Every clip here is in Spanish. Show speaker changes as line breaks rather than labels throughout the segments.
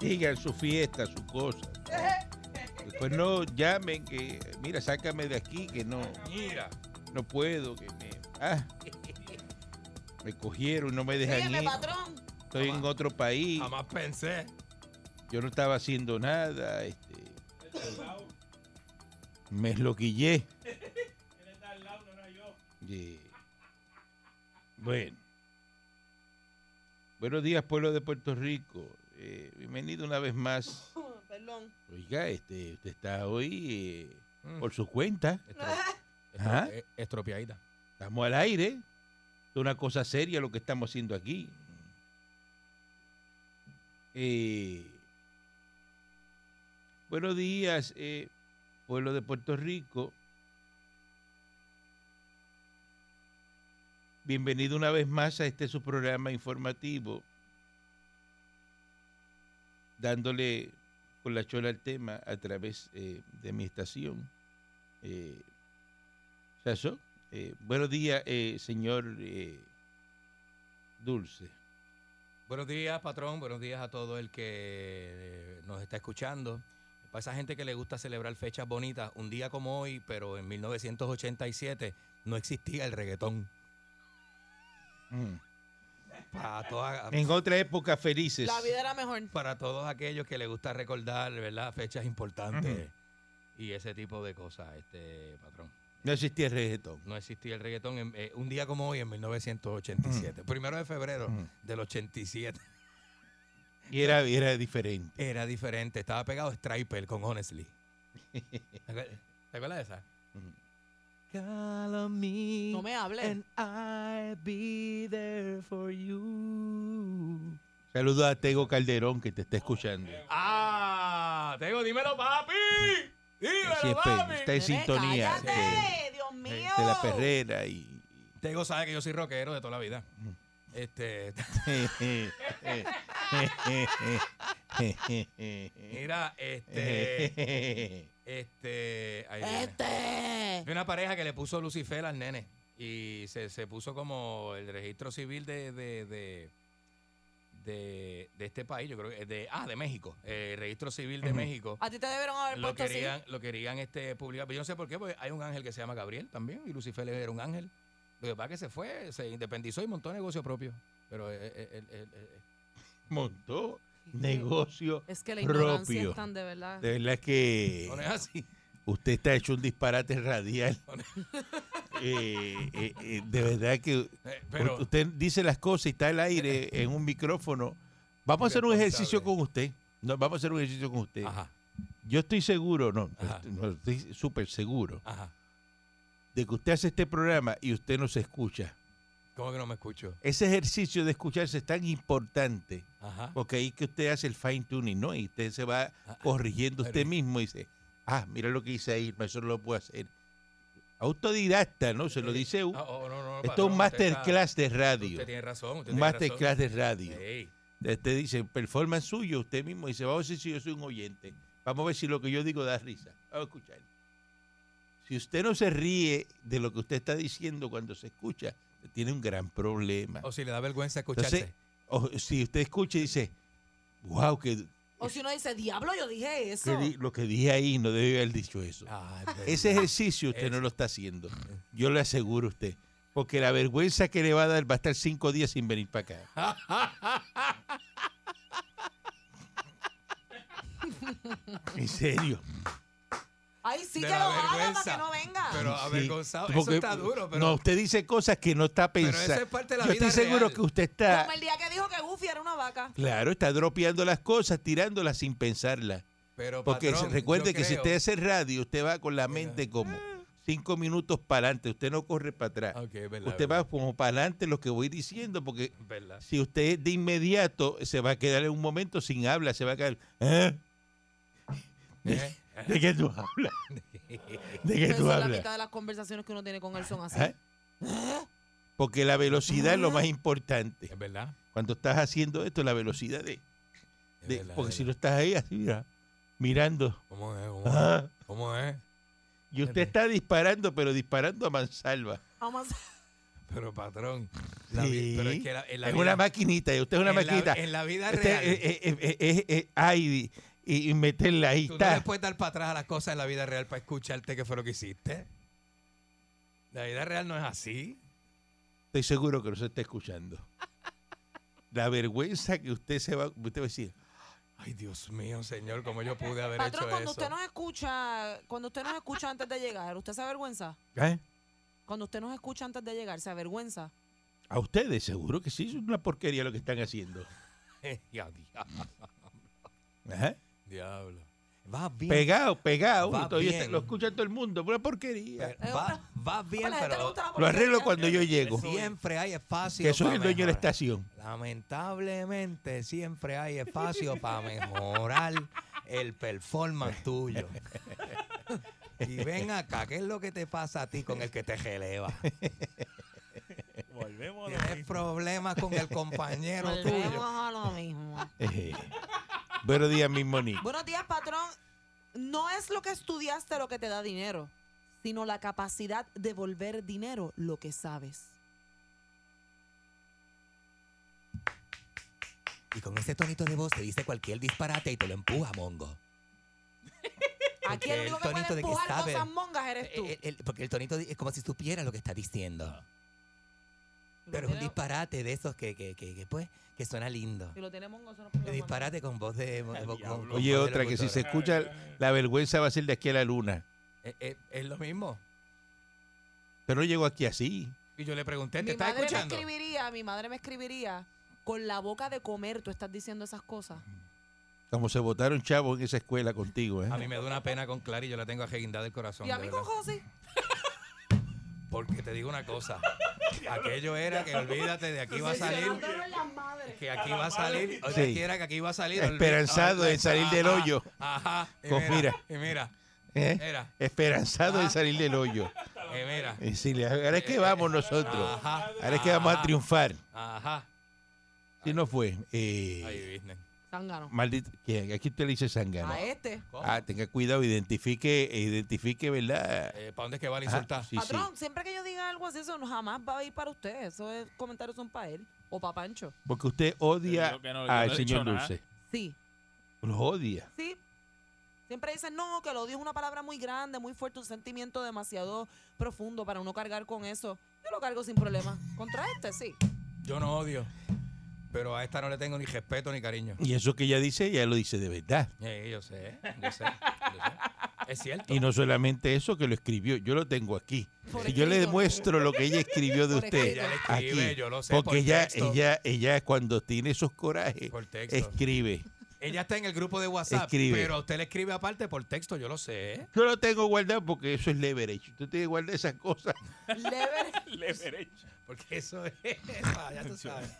Digan su fiesta, su cosa. ¿no? Después no llamen que, mira, sácame de aquí, que no,
Mira,
no puedo, que me, ah, me cogieron, no me dejan ir,
patrón.
estoy en otro país,
jamás pensé.
yo no estaba haciendo nada, este, me esloquillé. Yeah. Bueno. Buenos días, pueblo de Puerto Rico. Eh, bienvenido una vez más
Perdón.
Oiga, este, usted está hoy eh,
Mm.
por su cuenta. Ah. Ajá.
Eh, Estropeadita.
Estamos al aire. Es una cosa seria lo que estamos haciendo aquí. Eh, buenos días, eh, pueblo de Puerto Rico. Bienvenido una vez más a este su programa informativo, dándole con la chola al tema a través eh, de mi estación. Eh, Sasso, eh, buenos días, eh, señor eh, Dulce.
Buenos días, patrón. Buenos días a todo el que eh, nos está escuchando. Para esa gente que le gusta celebrar fechas bonitas, un día como hoy, pero en 1987 no existía el reggaetón.
Mm.
Para, toda-
En otra época felices.
La vida era mejor.
para todos aquellos que les gusta recordar, ¿verdad? Fechas importantes y ese tipo de cosas, este patrón.
No existía reggaetón.
No existía el reggaetón en, eh, un día como hoy, en 1987. Primero de febrero
Ujú.
del 87.
Y era, y era diferente.
Era diferente, estaba pegado a Striper con Honestly. ¿Te acuer- te acuerdas de esa?
Ujú.
Call on me
No me hables.
and I'll be there for you.
Saludos a Tego Calderón que te está escuchando.
¡Ah! Tengo, dímelo, papi. Dímelo,
Sí, espe-
papi.
está en sintonía
Cállate,
de,
Dios mío.
de la perrera y
Tego sabe que yo soy rockero de toda la vida. Este, mira, este, este, ahí viene.
Este.
Hay una pareja que le puso Lucifer al nene y se, se puso como el registro civil de, de, de, de- de este país, yo creo que de, ah, de México, eh, el registro civil de México.
A ti te debieron haber
Lo
puesto así.
querían, lo querían este, publicar, pero yo no sé por qué, porque hay un ángel que se llama Gabriel también y Lucifer era un ángel. Lo que pasa es que se fue, se independizó y montó negocio propio. Pero eh, eh, él- él- él-
montó negocio.
Es que la
propio.
ignorancia es tan de verdad.
De verdad que
no es así.
usted está hecho un disparate radial. Eh, eh, eh, de verdad que
Eh, pero
usted dice las cosas y está al aire en un micrófono. Vamos a hacer un ejercicio con usted. No, vamos a hacer un ejercicio con usted.
ajá,
Yo estoy seguro, no,
Ajá.
estoy- no, estoy súper seguro
ajá.
de que usted hace este programa y usted no se escucha.
¿Cómo que no me escucho?
Ese ejercicio de escucharse es tan importante
Ajá.
porque ahí que usted hace el fine tuning, ¿no? Y usted se va
Ah,
corrigiendo usted
pero-
mismo y dice, ah, mira lo que hice ahí, no, eso no lo puedo hacer. Autodidacta, ¿no? Se lo dice un-
Ah, oh, no, no, no,
Esto es
patrón,
un
usted está-
masterclass de radio.
Usted tiene razón. Eh. Usted
Un
tiene razón.
masterclass de radio.
Ey,
Usted dice, performance suyo, usted mismo dice, vamos a ver si yo soy un oyente. Vamos a ver si lo que yo digo da risa. Vamos a escuchar. Si usted no se ríe de lo que usted está diciendo cuando se escucha, tiene un gran problema.
O si le da vergüenza escucharse.
Entonces, o si usted escucha y dice, wow, que,
O si uno dice, diablo, yo dije eso.
que di- lo que dije ahí no debe haber dicho eso.
Ah, es verdad.
Ese ejercicio usted
Ese.
no lo está haciendo. Yo le aseguro a usted. Porque la vergüenza que le va a dar va a estar cinco días sin venir para acá. En serio.
Ay, sí
De
que lo
la
haga
vergüenza.
para que no venga.
Pero
Sí,
avergonzado. eso
porque-
está duro, pero.
No, usted dice cosas que no está
Pero
pensando.
eso es parte de la
Yo
vida
estoy seguro
real.
que usted está,
Como el día que dijo que Goofy era una vaca.
claro, está dropeando las cosas, tirándolas sin pensarlas.
pero
Porque
patrón,
recuerde
yo
que si
creo-
usted hace radio, usted va con la mente como cinco minutos para adelante, usted no corre para atrás.
Ah, ok, es verdad,
usted va
verdad,
como para adelante lo que voy diciendo, porque
verdad.
si usted de inmediato se va a quedar en un momento sin habla, se va a quedar. ¿eh?
¿eh?
¿De qué tú hablas? ¿De qué
Pero
tú
eso es la
hablas?
mitad de las conversaciones que uno tiene con él son así.
¿Eh? Porque la velocidad es lo
¿Eh?
más importante.
Es verdad.
Cuando estás haciendo esto, la velocidad de...
es
de-
verdad,
porque
es
si no Ah.
verdad.
estás ahí así, mira, mirando.
¿Cómo es? ¿Cómo es?
Ajá.
¿Cómo es?
Y usted está disparando, pero disparando a mansalva.
Vamos a-
Pero patrón. la vi-
Sí.
pero es que la- en la
es
vida-
una maquinita, y usted es una
en la-
maquinita.
en la vida
Usted,
real.
eh, eh, eh, eh, eh, ay, y, y meterla ahí.
Tú no
ta.
le puedes dar para atrás a las cosas en la vida real para escucharte qué fue lo que hiciste. La vida real no es así.
Estoy seguro que nos está escuchando. La vergüenza que usted se va, usted va a decir,
Ay, Dios mío, señor, cómo yo pude haber
Patrón,
hecho eso.
cuando usted nos escucha, cuando usted nos escucha antes de llegar, ¿usted se avergüenza?
¿eh?
Cuando usted nos escucha antes de llegar, ¿se avergüenza?
a ustedes seguro que sí, es una porquería lo que están haciendo.
Ya, diablo,
Ajá.
diablo. Va bien.
Pegado, pegado.
Va
Entonces,
bien.
lo escucha todo el mundo, una porquería.
Pero va, va bien,
Pues la gente le
pero
gusta la
Lo arreglo
porquería.
cuando yo llego,
siempre hay espacio
que soy
pa'
el dueño de la
mejorar.
estación.
Lamentablemente siempre hay espacio para mejorar el performance tuyo. Y ven acá, ¿qué es lo que te pasa a ti con el que te releva?
Volvemos a lo
Tienes
mismo.
problemas con el compañero tuyo.
Volvemos a lo mismo.
Ejé. eh, Buenos días, mi Monique.
Buenos días, patrón. No es lo que estudiaste lo que te da dinero, sino la capacidad de volver dinero lo que sabes.
Y con ese tonito de voz te dice cualquier disparate y te lo empuja, mongo.
Aquí
Porque
el
el
único que
tonito de
puede
que
empujar
sabe- Eh,
cosas mongas eres tú. Ah.
El- el- porque el tonito di- es como si supiera lo que está diciendo.
Si lo
Pero es un
tiene-
disparate de esos que, que, que, que, pues, que suena lindo.
Si lo tiene mongo, eso no es
El
problema.
disparate con voz de... con- con- con
Oye,
voz de
otra que si se
locutora.
escucha, la vergüenza va a ser de aquí a la luna.
Eh, eh, es lo mismo.
Pero no llego aquí así.
Y yo le pregunté, ¿te
Mi
estás
madre
escuchando?
me escribiría, mi madre me escribiría, con la boca de comer tú estás diciendo esas cosas.
Mm,
Como se votaron chavos en esa escuela contigo, ¿eh?
A mí me da una pena con Clara y yo la tengo ajeguindada del corazón.
Y a
de
mí
verdad.
con Josi.
Porque te digo una cosa. Aquello era que olvídate, de aquí va a salir.
Mencionándolo en las madres.
Que aquí va a salir. O sea,
Sí.
quiera que aquí va a salir. olvi-
Esperanzado en salir del
Ajá,
hoyo.
ah, Ajá. Y
Con
mira. Y mira.
¿Eh?
Era.
Esperanzado en
Ah.
salir del hoyo.
Y mira.
Y decirle, ahora es que vamos nosotros.
Ajá.
Ahora es que vamos a
ajá,
triunfar.
Ajá.
Si no fue,
Ay,
eh,
business.
Zángano.
maldito, que aquí usted le dice sangano.
A este.
¿Cómo?
Ah, tenga cuidado, identifique, identifique, ¿verdad?
¿Para Eh, dónde es que va la
Ajá,
insulta?
sí, sí.
Patrón, siempre que yo diga algo así, eso no- jamás va a ir para usted. Esos comentarios son para él o para Pancho.
Porque usted
Te
odia
digo que no, yo
al
no he
señor
dicho nada.
Dulce.
Sí,
Los odia.
sí. Siempre dicen, no, que el odio es una palabra muy grande, muy fuerte, un sentimiento demasiado profundo para uno cargar con eso. Yo lo cargo sin problema. Contra este, sí.
Ah.
Yo no odio. Pero a esta no le tengo ni respeto ni cariño.
Y eso que ella dice, ella lo dice de verdad.
Eh, yo sé, yo sé, yo sé. Es cierto.
Y no solamente eso, que lo escribió. Yo lo tengo aquí.
Por
Y yo le
escrito.
demuestro lo que ella escribió de
Por
usted
escrito.
ella le escribe,
aquí.
yo lo sé. por
Porque ella,
texto,
ella, ella cuando tiene esos corajes,
por texto.
escribe.
Ella está en el grupo de WhatsApp,
Escribe.
pero usted le escribe aparte por texto, yo lo sé. ¿eh?
Yo lo tengo guardado porque eso es leverage. Usted tiene que guardar esas cosas.
Lever.
Leverage.
Porque eso es, ah, ya tú sabes.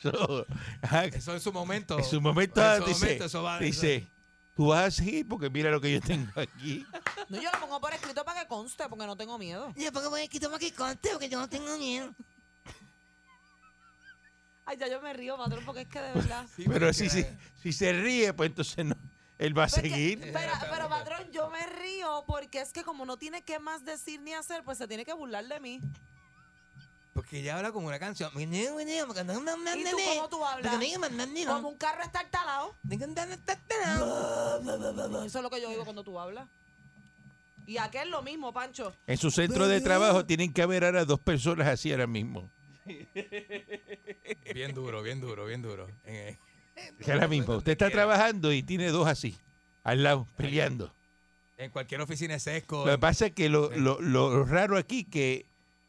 Eso, ajá,
Eso en su momento.
ah, en su momento
en su
dice,
momento, eso va-
dice, tú vas a seguir porque mira lo que yo tengo aquí.
No, yo lo pongo por escrito para que conste, porque no tengo miedo.
Yo pongo por escrito para que conste porque yo no tengo miedo.
Ay, ya yo me río, patrón, porque es que de verdad.
Sí,
Pero
porque-
si, se- si se ríe, pues entonces no, él va a
Pero es que-
seguir.
pero, pero, patrón, yo me río porque es que como no tiene qué más decir ni hacer, pues se tiene que burlar de mí.
Porque ella habla como una canción.
Bueno, bueno, porque no me
¿Y tú cómo tú hablas?
Porque no me mandan ni
Como
no.
un carro está talado.
Tengo que andar hasta
Eso es lo que yo digo cuando tú hablas. Y aquel lo mismo, Pancho.
En su centro de trabajo tienen que haber ahora dos personas así ahora mismo.
Bien duro, bien duro, bien duro. Eh,
Que ahora mismo. Usted está trabajando y tiene dos así, al lado, peleando.
En cualquier oficina es sesco.
Lo que pasa es que lo, lo- lo raro aquí que,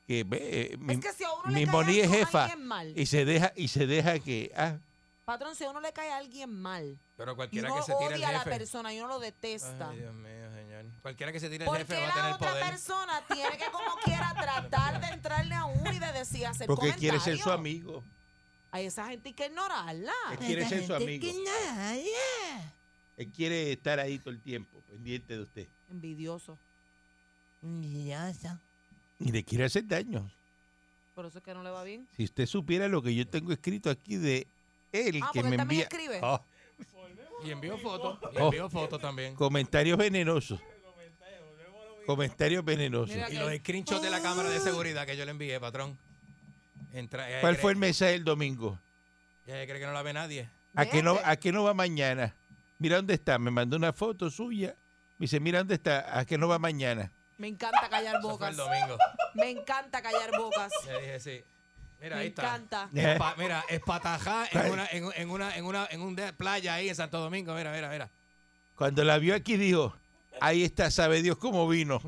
que eh, mi-
es que si a uno
mi
le
Moni
cae
es
algo-
jefa.
alguien mal,
y se deja, y se deja que, ah,
patrón, si a uno le cae a alguien mal,
Pero
y
cualquiera
uno
que se tire el
odia a la
jefe.
persona y uno lo detesta.
Ay, Dios mío, señor. Cualquiera que se tire el
Porque
jefe va a
la
tener
otra
poder.
persona tiene que como quiera tratar de entrarle a uno y de decir hacer
porque quiere ser
comentarios?
su amigo.
A Ah, esa gente hay que ignorarla.
Él quiere ser su amigo.
nada.
Él quiere estar ahí todo el tiempo, pendiente de usted.
Envidioso.
Ya está.
Y le quiere hacer daño.
Por eso es que no le va bien.
Si usted supiera lo que yo tengo escrito aquí de él
Ah,
que
porque
me
él también
envía
escribe.
Oh.
Ah,
Y envió fotos. Y
Oh.
envió fotos también.
comentarios venenosos. Comentarios venenosos.
Mira
Y los screenshots de la cámara
Uh.
de seguridad que yo le envié, patrón. Entra, ella
¿Cuál
cree-
fue el mensaje del domingo?
ella cree que no la ve nadie.
¿A qué, no,
Vete.
¿A qué no va mañana? Mira dónde está. Me mandó una foto suya. Me dice, mira dónde está. ¿A qué no va mañana?
Me encanta callar
Eso fue el
bocas.
domingo.
Me encanta callar bocas.
Le dije, sí. Mira,
Me
ahí está.
encanta.
Pa- mira, es patajá en una, en, un- en una, en una, en un de- playa ahí en Santo Domingo. Mira, mira, mira.
Cuando la vio aquí dijo, ahí está, sabe Dios cómo vino.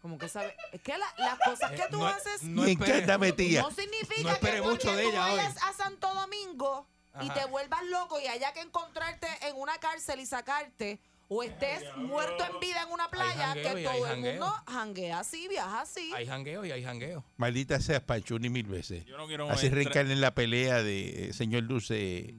Como que sabe. Es que la- las cosas que
Eh,
tú
no-
haces
No
me
espere.
encanta, metía.
no significa
no espere
que
mucho
porque
de ella
tú
hoy.
vayas a Santo Domingo y
Ajá.
te vuelvas loco y haya que encontrarte en una cárcel y sacarte o estés muerto en vida en una playa
jangueo
que
y hay
todo el
jangueo.
mundo janguea así, viaja así.
Hay jangueo y hay jangueo.
Maldita sea Panchuni mil veces.
Yo no quiero
Así
entrar-
reencarna en la pelea de eh, señor Dulce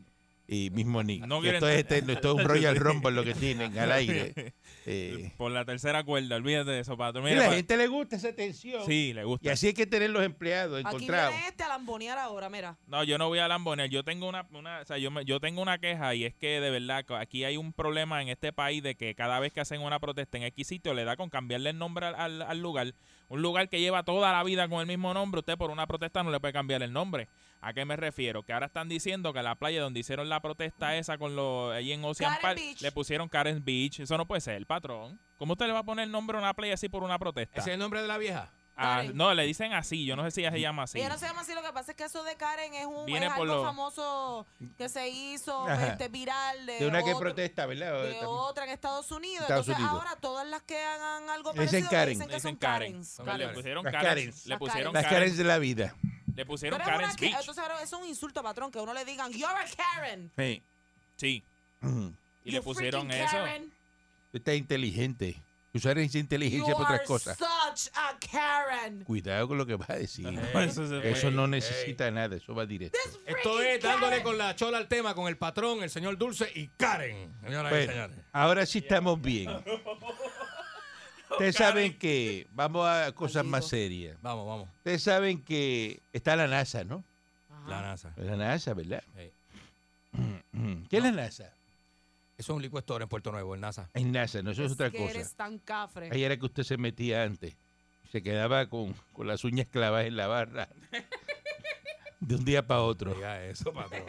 y mismo Nick.
No quiero
esto, es
entrar.
eterno, esto es un Royal Rumble lo que tienen al aire. Eh,
Por la tercera cuerda, olvídate de eso, patrón.
y
Mira,
la
pa-
gente le gusta esa tensión.
Sí,
Y
le gusta.
así hay que tener los empleados
Aquí
encontrados.
viene este a lambonear ahora, mira.
No, yo no voy a lambonear. Yo tengo una, una- o sea, yo, me- yo tengo una queja y es que de verdad co- aquí hay un problema en este país de que cada vez que hacen una protesta en X sitio le da con cambiarle el nombre al, al- al lugar. Un lugar que lleva toda la vida con el mismo nombre, usted por una protesta no le puede cambiar el nombre. ¿A qué me refiero? Que ahora están diciendo que la playa donde hicieron la protesta esa con los ahí en Ocean
Mm. Karen
Park
Beach.
le pusieron Karen Beach. Eso no puede ser, patrón. ¿Cómo usted le va a poner el nombre a una playa así por una protesta?
¿Ese es el nombre de la vieja?
Ah,
Karen.
no, le dicen así. Yo no sé si ella se llama así.
Ella no se llama así, lo que pasa es que eso de Karen es un
Viene
es algo
por lo-
famoso que se hizo
Ajá.
este, viral de,
De una que
otro-
protesta, ¿verdad?
de
También.
otra en Estados Unidos.
Estados
Entonces
Unidos.
ahora todas las que hagan algo
Le dicen
parecido
Karen.
dicen
Le
que son
dicen Karen.
Karens.
Son
Le
Karens.
pusieron
Las
Karen.
Karens.
Le pusieron
Las
Karen.
Karen de la vida.
Le pusieron
Pero es una
Karen's
que-
Beach.
entonces ahora es un insulto, patrón, que uno le digan, you're a Karen.
Sí.
Sí.
Ujú.
Y
You
le pusieron
freaking
eso. Eh,
Karen.
Tú estás inteligente. Usar esa
You
inteligencia para
are
otras cosas.
such a Karen.
Cuidado con lo que vas a decir.
eh, Eso se-
Eso
Ey,
no
ey.
necesita nada. Eso va directo.
Esto es dándole con la chola al tema con el patrón, el señor Dulce y Karen. Señoras y
Bueno,
señores.
ahora sí estamos bien. Ustedes saben que vamos a cosas más
Maldito.
serias.
Vamos, vamos.
Ustedes saben que está la NASA, ¿no?
Ajá.
La NASA.
La NASA, ¿verdad?
Ey.
¿Qué es la NASA?
Eso es un licuestor en Puerto Nuevo, el NASA.
Es NASA, no eso es otra
que eres
cosa.
tan cafre.
Ahí era que usted se metía antes. Se quedaba con, con las uñas clavadas en la barra. De un día para
No
otro.
diga eso, patrón.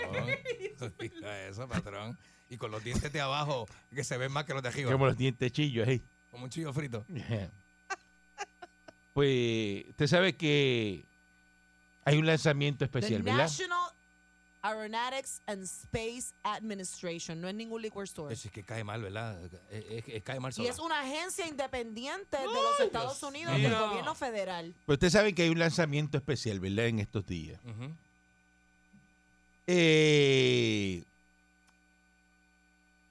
No diga eso, patrón. Y con los dientes de abajo, que se ven más que los de arriba.
Como los ¿eh? dientes chillos ahí.
Como un chillo frito.
Pues usted sabe que hay un lanzamiento
The
especial, ¿verdad?
National Aeronautics and Space Administration. No es ningún liquor store.
Es que cae mal, ¿verdad? Es, es- es- cae mal
y
sola.
es una agencia independiente de los Estados Unidos, del
mío.
gobierno federal.
Pero Pues, usted sabe que hay un lanzamiento especial, ¿verdad? En estos días.
Ujú.
Eh,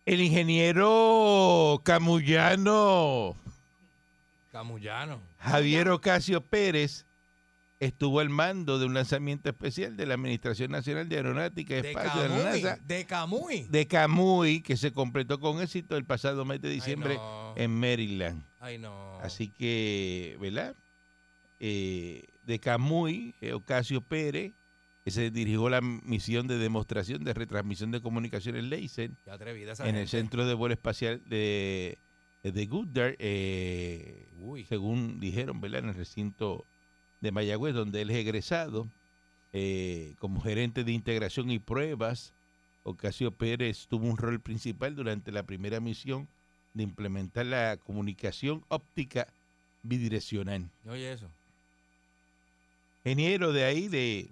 el ingeniero camullano
Camullano.
Javier Ocasio Pérez estuvo al mando de un lanzamiento especial de la Administración Nacional de Aeronáutica y
De
Espacio de la
Camuy.
NASA
De Camuy.
de Camuy, que se completó con éxito el pasado mes de
Ay,
diciembre
no.
en Maryland.
Ay, no.
Así que, ¿verdad? Eh, de Camuy, eh, Ocasio Pérez, que se dirigió la misión de demostración de retransmisión de comunicaciones LASER
Qué atrevida esa
en el
gente.
Centro de Vuelo Espacial de, de Goddard, eh,
Uy.
según dijeron, ¿verdad? En el recinto de Mayagüez, donde él es egresado eh, como gerente de integración y pruebas. Ocasio Pérez tuvo un rol principal durante la primera misión de implementar la comunicación óptica bidireccional.
Oye, eso.
Ingeniero de ahí, de,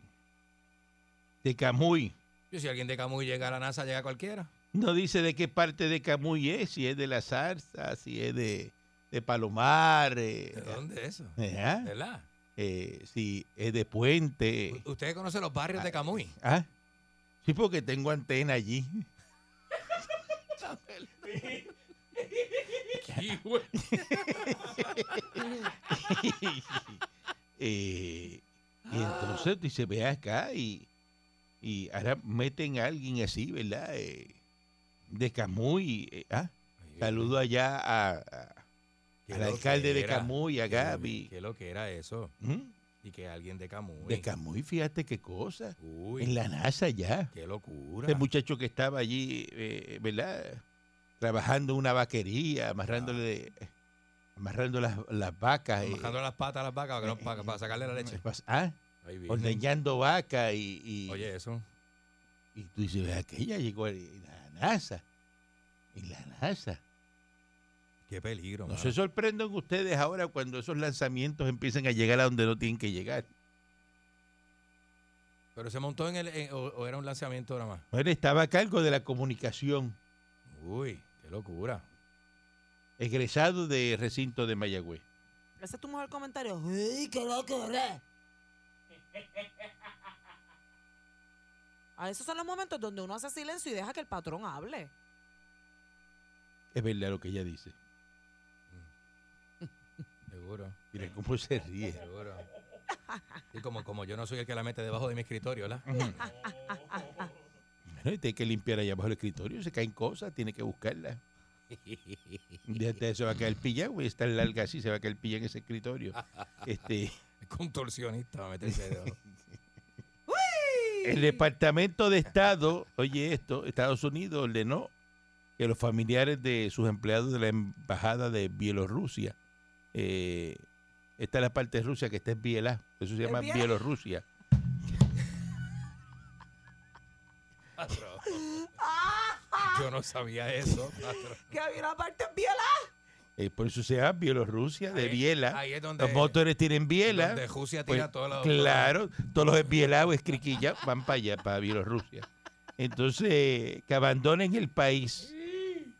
de Camuy.
Yo, si alguien de Camuy llega a la NASA, llega cualquiera.
No dice de qué parte de Camuy es, si es de la zarza, si es de, de Palomar, eh,
¿De dónde es eso?
ajá,
¿Verdad?
eh, si es de Puente.
U- ¿Ustedes conocen los barrios de Camuy?
¿Ah? Sí, porque tengo antena allí. Eh, y entonces dice, ve acá y, y ahora meten a alguien así, ¿verdad? Eh, de Camuy. eh, ah, Saludo allá a, a- al alcalde de Camuy, a Gaby.
Que lo que era eso.
¿Mm?
Y que alguien de Camuy.
De Camuy, fíjate qué cosa.
Uy,
En la NASA ya.
qué locura.
Este muchacho que estaba allí, eh, ¿verdad? Trabajando en una vaquería, amarrándole, amarrando las, las vacas. eh,
Bajando Ah. las patas a las vacas para, que no- para- para sacarle la leche.
pas- ah,
Ay, virgen.
ordeñando vacas y, y-
Oye, eso.
y tú dices, "Ve acá, ella llegó en la NASA. En la NASA.
Qué peligro.
No
mano.
se sorprendan ustedes ahora cuando esos lanzamientos empiecen a llegar a donde no tienen que llegar.
Pero se montó en el. en- o, o era un lanzamiento nada más.
Bueno, estaba a cargo de la comunicación,
Uy, qué locura.
egresado de recinto de Mayagüez.
Ese es tu mejor comentario. ¡Ey, qué loco eres! A Ah, esos son los momentos donde uno hace silencio y deja que el patrón hable.
Es verdad lo que ella dice.
Seguro.
Mira cómo se ríe.
Seguro. Y como, como yo no soy el que la mete debajo de mi escritorio, ¿verdad?
Bueno, y tiene que limpiar allá abajo el escritorio, se caen cosas, tiene que buscarlas. Desde se va a caer pillado, güey, está larga así, se va a caer pillado en ese escritorio. Este,
Contorsionista va a meterse debajo.
el Departamento de Estado, oye esto, Estados Unidos ordenó que los familiares de sus empleados de la Embajada de Bielorrusia, eh, esta es la parte de Rusia que está en Bielá, eso se llama
Bielá.
Bielorrusia.
Patrón. Yo no sabía eso, patrón.
¡Que había una parte en Biela!
Eh, por eso se llama Bielorrusia, de
Ahí-
Biela.
ahí es donde-
Los motores tienen Biela.
Donde Rusia
Pues,
tira todos los.
Claro, todos los esbielados, escriquillas, van para allá, para Bielorrusia. Entonces, que abandonen el país.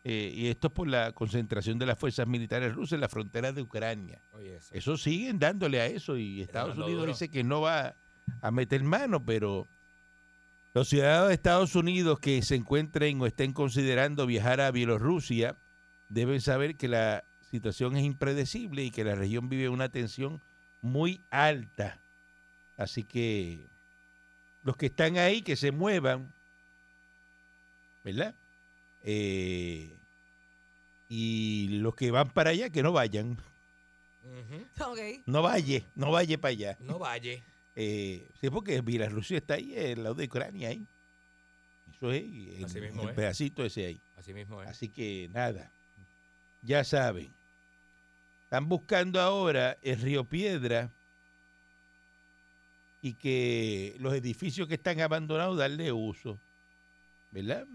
Eh, y esto por la concentración de las fuerzas militares rusas en la frontera de Ucrania.
Oye, eso.
Eso siguen dándole a eso y Estados
dando
Unidos
duro.
dice que no va a meter mano, pero los ciudadanos de Estados Unidos que se encuentren o estén considerando viajar a Bielorrusia deben saber que la situación es impredecible y que la región vive una tensión muy alta. Así que los que están ahí, que se muevan, ¿verdad? Eh, y los que van para allá, que no vayan.
Ujú.
Ok.
No vaya, no vaya para allá.
No vaya.
Eh, sí, porque Bielorrusia está ahí, al lado de Ucrania, ahí. Eso es, y el,
Así mismo
el
es.
pedacito ese ahí.
Así mismo es.
Así que nada, ya saben. Están buscando ahora el río Piedra y que los edificios que están abandonados darle uso, ¿verdad?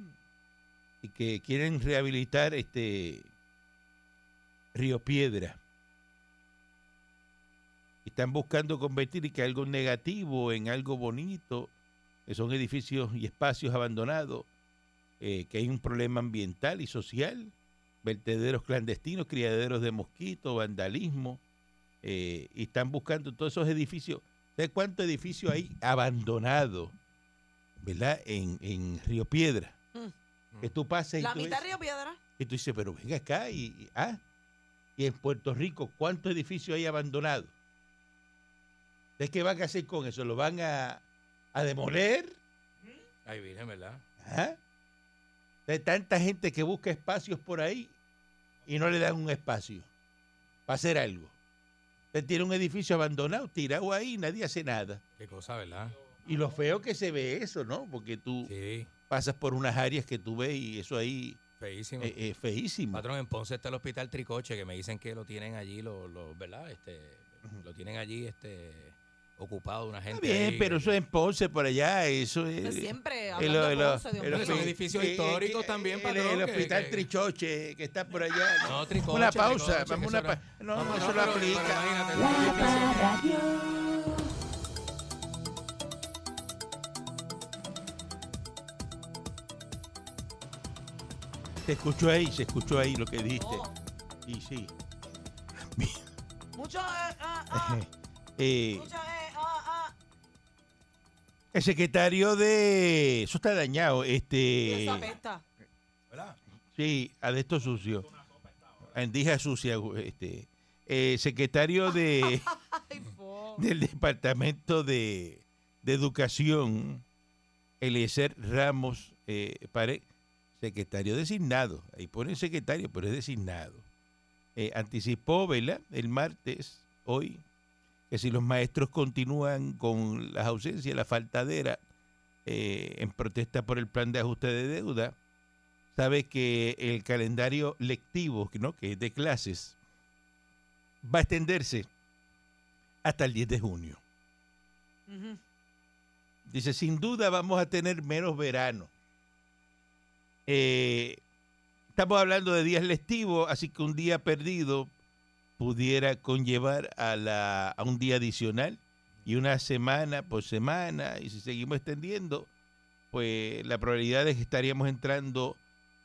Y que quieren rehabilitar este río Piedra. Están buscando convertir que algo negativo en algo bonito, que eh, son edificios y espacios abandonados eh, que hay un problema ambiental y social, vertederos clandestinos, criaderos de mosquitos, vandalismo, eh, y están buscando todos esos edificios. ¿Sabes cuántos edificios hay abandonados, verdad? En, en Río Piedra.
Mm.
Que tú pasas y
La
tú
mitad
ves-
Río Piedra.
y tú dices, pero venga acá y, y- ah, y en Puerto Rico, ¿cuántos edificios hay abandonados? ¿Ustedes qué van a hacer con eso? ¿Lo van a, a demoler?
Ay, virgen, ¿verdad?
Ajá. De ¿Ah? tanta gente que busca espacios por ahí y no le dan un espacio para hacer algo. Usted tiene un edificio abandonado, tirado ahí, nadie hace nada.
Qué cosa, ¿verdad?
Y lo feo que se ve eso, ¿no? Porque tú
Sí,
pasas por unas áreas que tú ves y eso ahí
feísimo.
es feísimo.
Patrón, en Ponce está el hospital Tricoche, que me dicen que lo tienen allí, lo, lo- ¿verdad? Este, Lo tienen allí este, ocupado una gente.
Está bien,
ahí
pero
que-
eso es en Ponce, por allá, eso
Pues
es...
siempre
el-
hablando de
el-
Ponce, Dios
el-
mío.
Son
el-
edificios
eh,
históricos
eh,
también,
el-
patrón,
El
que-
hospital
que-
Trichoche, que está por allá.
No, Tricoche.
una pausa,
Tricoche,
vamos a
que
una
eso
pausa.
era-
No, no, eso lo
pero- pero
aplica.
imagínate,
Se escuchó ahí, se escuchó ahí lo que dijiste.
No,
Y sí.
Mucho, eh, ah, ah,
Eh,
mucho, eh, ah, ah.
el secretario de. Eso está dañado.
Y
Este.
Eso apesta.
Sí, adesto sucio. Andija sucia. Este. eh, secretario de,
Ay, po.
del Departamento de, de Educación, Eliezer Ramos eh, Pared, secretario designado, ahí pone secretario, pero es designado, eh, anticipó, ¿verdad?, el martes, hoy, que si los maestros continúan con las ausencias, la faltadera, eh, en protesta por el plan de ajuste de deuda, sabe que el calendario lectivo, ¿no?, que es de clases, va a extenderse hasta el 10 de junio.
Ujú.
Dice, sin duda vamos a tener menos verano. Eh, estamos hablando de días lectivos, así que un día perdido pudiera conllevar a, la, a un día adicional y una semana por semana, y si seguimos extendiendo, pues la probabilidad es que estaríamos entrando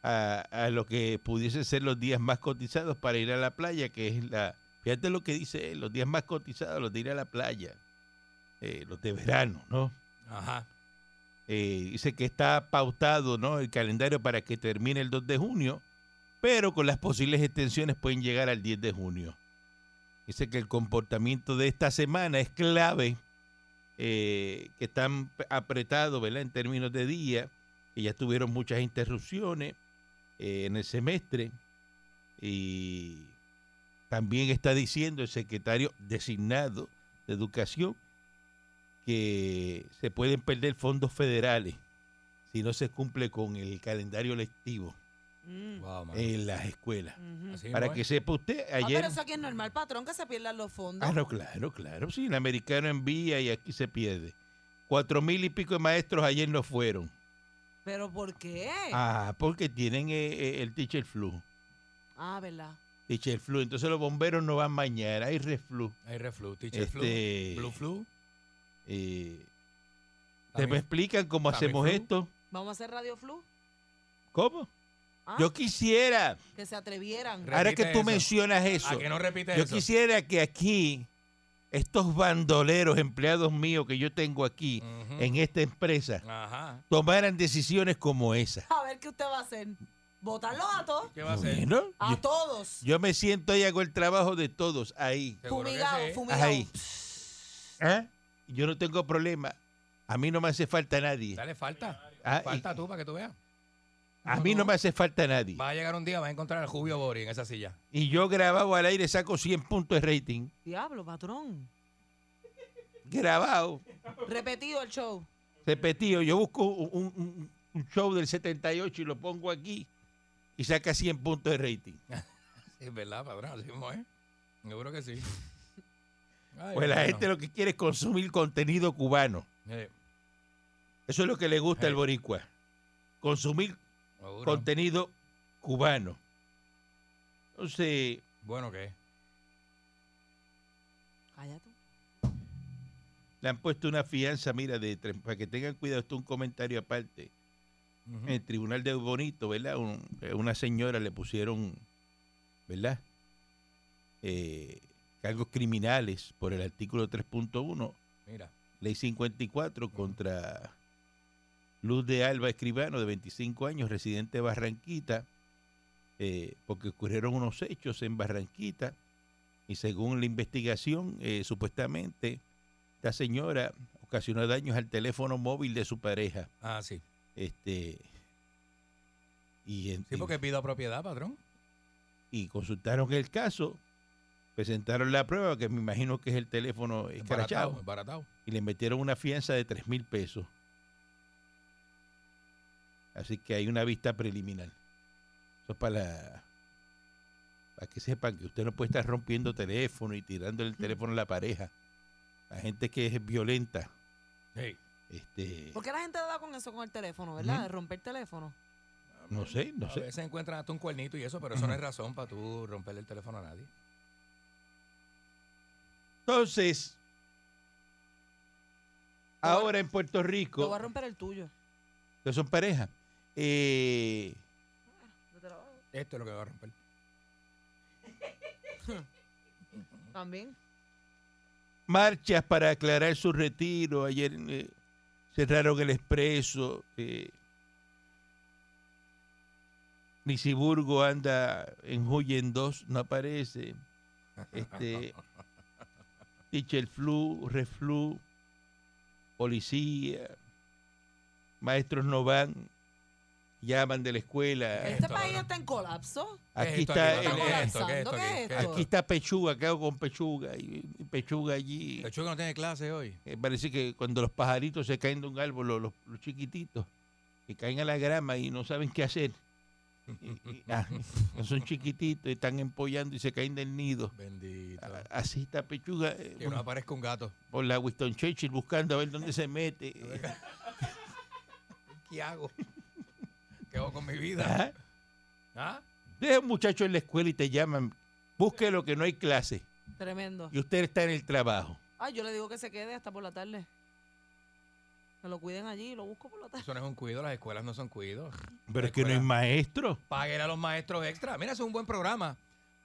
a, a lo que pudiese ser los días más cotizados para ir a la playa, que es la... Fíjate lo que dice, él, los días más cotizados, los de ir a la playa, eh, los de verano, ¿no?
Ajá.
Eh, dice que está pautado ¿no? el calendario para que termine el 2 de junio, pero con las posibles extensiones pueden llegar al 10 de junio. Dice que el comportamiento de esta semana es clave, eh, que están apretados ¿verdad? en términos de día, que ya tuvieron muchas interrupciones eh, en el semestre. Y también está diciendo el secretario designado de Educación que se pueden perder fondos federales si no se cumple con el calendario lectivo
Mm,
Wow, mano.
en las escuelas.
ujú.
Así
eh, Para
mismo
que
es.
sepa usted,
Ah,
ayer...
pero eso aquí es normal, patrón, que se pierdan los fondos.
Ah, no, claro, claro. Sí, el americano envía y aquí se pierde. Cuatro mil y pico de maestros ayer no fueron.
¿Pero por qué? Ah,
Ah, porque tienen eh, eh, el teacher flu.
Ah, ¿verdad?
Teacher flu. Entonces los bomberos no van mañana. Hay reflu.
Hay reflu, teacher
Este,
flu. Blue flu.
Eh, ¿Te me
también.
explican cómo hacemos
Tamiflu.
esto?
¿Vamos a hacer Radio Flu?
¿Cómo?
Ah,
Yo quisiera,
que se atrevieran.
Re-
ahora que
Repite
tú
eso.
mencionas eso,
¿A que no repites
Yo
eso?
quisiera que aquí, estos bandoleros, empleados míos que yo tengo aquí,
Ujú.
en esta empresa,
Ajá.
tomaran decisiones como esa.
A ver qué usted va a hacer. ¿Votarlos a todos?
¿Qué va a hacer?
Bueno,
A
yo,
todos.
yo me siento y hago el trabajo de todos ahí.
Seguro que
Fumigado,
sí.
fumigado.
Ahí. ¿Ah? Yo no tengo problema. A mí no me hace falta nadie.
Dale falta.
Ah,
falta
y-
tú para que tú veas.
a mí no me hace falta nadie.
Va a llegar un día, vas a encontrar al Jubio Bori en esa silla.
Y yo grabado al aire saco 100 puntos de rating.
Diablo, patrón.
Grabado,
Repetido el show.
repetido. Yo busco un, un- un show del 78 y lo pongo aquí y saca 100 puntos de rating.
Es verdad, padrón, así mismo es. Seguro que sí. Ay,
Pues la
bueno.
gente lo que quiere es consumir contenido cubano.
Eh,
Eso es lo que le gusta al
Sí.
boricua. Consumir
seguro.
contenido cubano. Entonces,
Bueno, ¿qué?
Cállate.
le han puesto una fianza, mira, de tre- para que tengan cuidado, esto es un comentario aparte.
Ujú.
En el tribunal de Bonito, ¿verdad? Un- eh, una señora le pusieron, ¿verdad? Eh, cargos criminales por el artículo 3.1
Mira.
Ley 54 contra Luz de Alba Escribano, de 25 años, residente de Barranquita, eh, porque ocurrieron unos hechos en Barranquita y según la investigación, eh, supuestamente, esta señora ocasionó daños al teléfono móvil de su pareja.
Ah, sí.
Este, y, en-
Sí, porque pido propiedad, padrón.
y consultaron el caso, presentaron la prueba, que me imagino que es el teléfono escrachado
Baratao, baratao.
y le metieron una fianza de 3 mil pesos. Así que hay una vista preliminar. Eso es para, para que sepan que usted no puede estar rompiendo teléfono y tirando el teléfono a la pareja. La gente que es violenta.
Sí.
Este,
¿Por qué la gente da con eso con el teléfono, verdad?
Ujú.
De romper teléfono.
no sé, no
A
sé.
veces encuentran hasta un cuernito y eso, pero eso no es razón para tú romperle el teléfono a nadie.
Entonces,
Lo voy a-
ahora en Puerto
Lo va
Rico,
a romper el tuyo.
que son pareja, eh,
Yo te lo hago.
Esto es lo que va a romper.
También.
marchas para aclarar su retiro. Ayer eh, cerraron el expreso. Eh, Nisiburgo anda en Joya en dos, no aparece. Este, Tichel Flu, Reflu, policía, maestros no van. llaman de la escuela.
Este
esto,
país
cabrón.
está en colapso.
Aquí
esto,
está, el-
aquí?
Estamos
¿Qué es
el-
esto? ¿Qué es esto?
colapsando,
¿Qué es
¿qué es
esto?
esto?
aquí está pechuga, ¿qué hago con pechuga? Y, y pechuga allí.
El chueco no tiene clase hoy.
Eh, parece que cuando los pajaritos se caen de un árbol, los, los- los chiquititos, que caen a la grama y no saben qué hacer. Y- y- ah, son chiquititos, están empollando y se caen del nido.
Bendito.
A- Así está Pechuga eh,
Que no aparezca un gato.
por la Winston Churchill buscando a ver dónde se mete. Eh,
¿Qué hago? ¿Qué hago con mi vida?
Ajá.
¿Ah?
Deja ah, un muchacho en la escuela y te llaman. Busque lo que no hay clase
Tremendo.
y usted está en el trabajo.
Ay, yo le digo que se quede hasta por la tarde. Que lo cuiden allí, lo busco por la tarde.
Eso no es un cuido, las escuelas no son cuidos.
Pero
La
es que no hay
escuela.
maestro.
Páguele a los maestros extra. Mira, eso es un buen programa.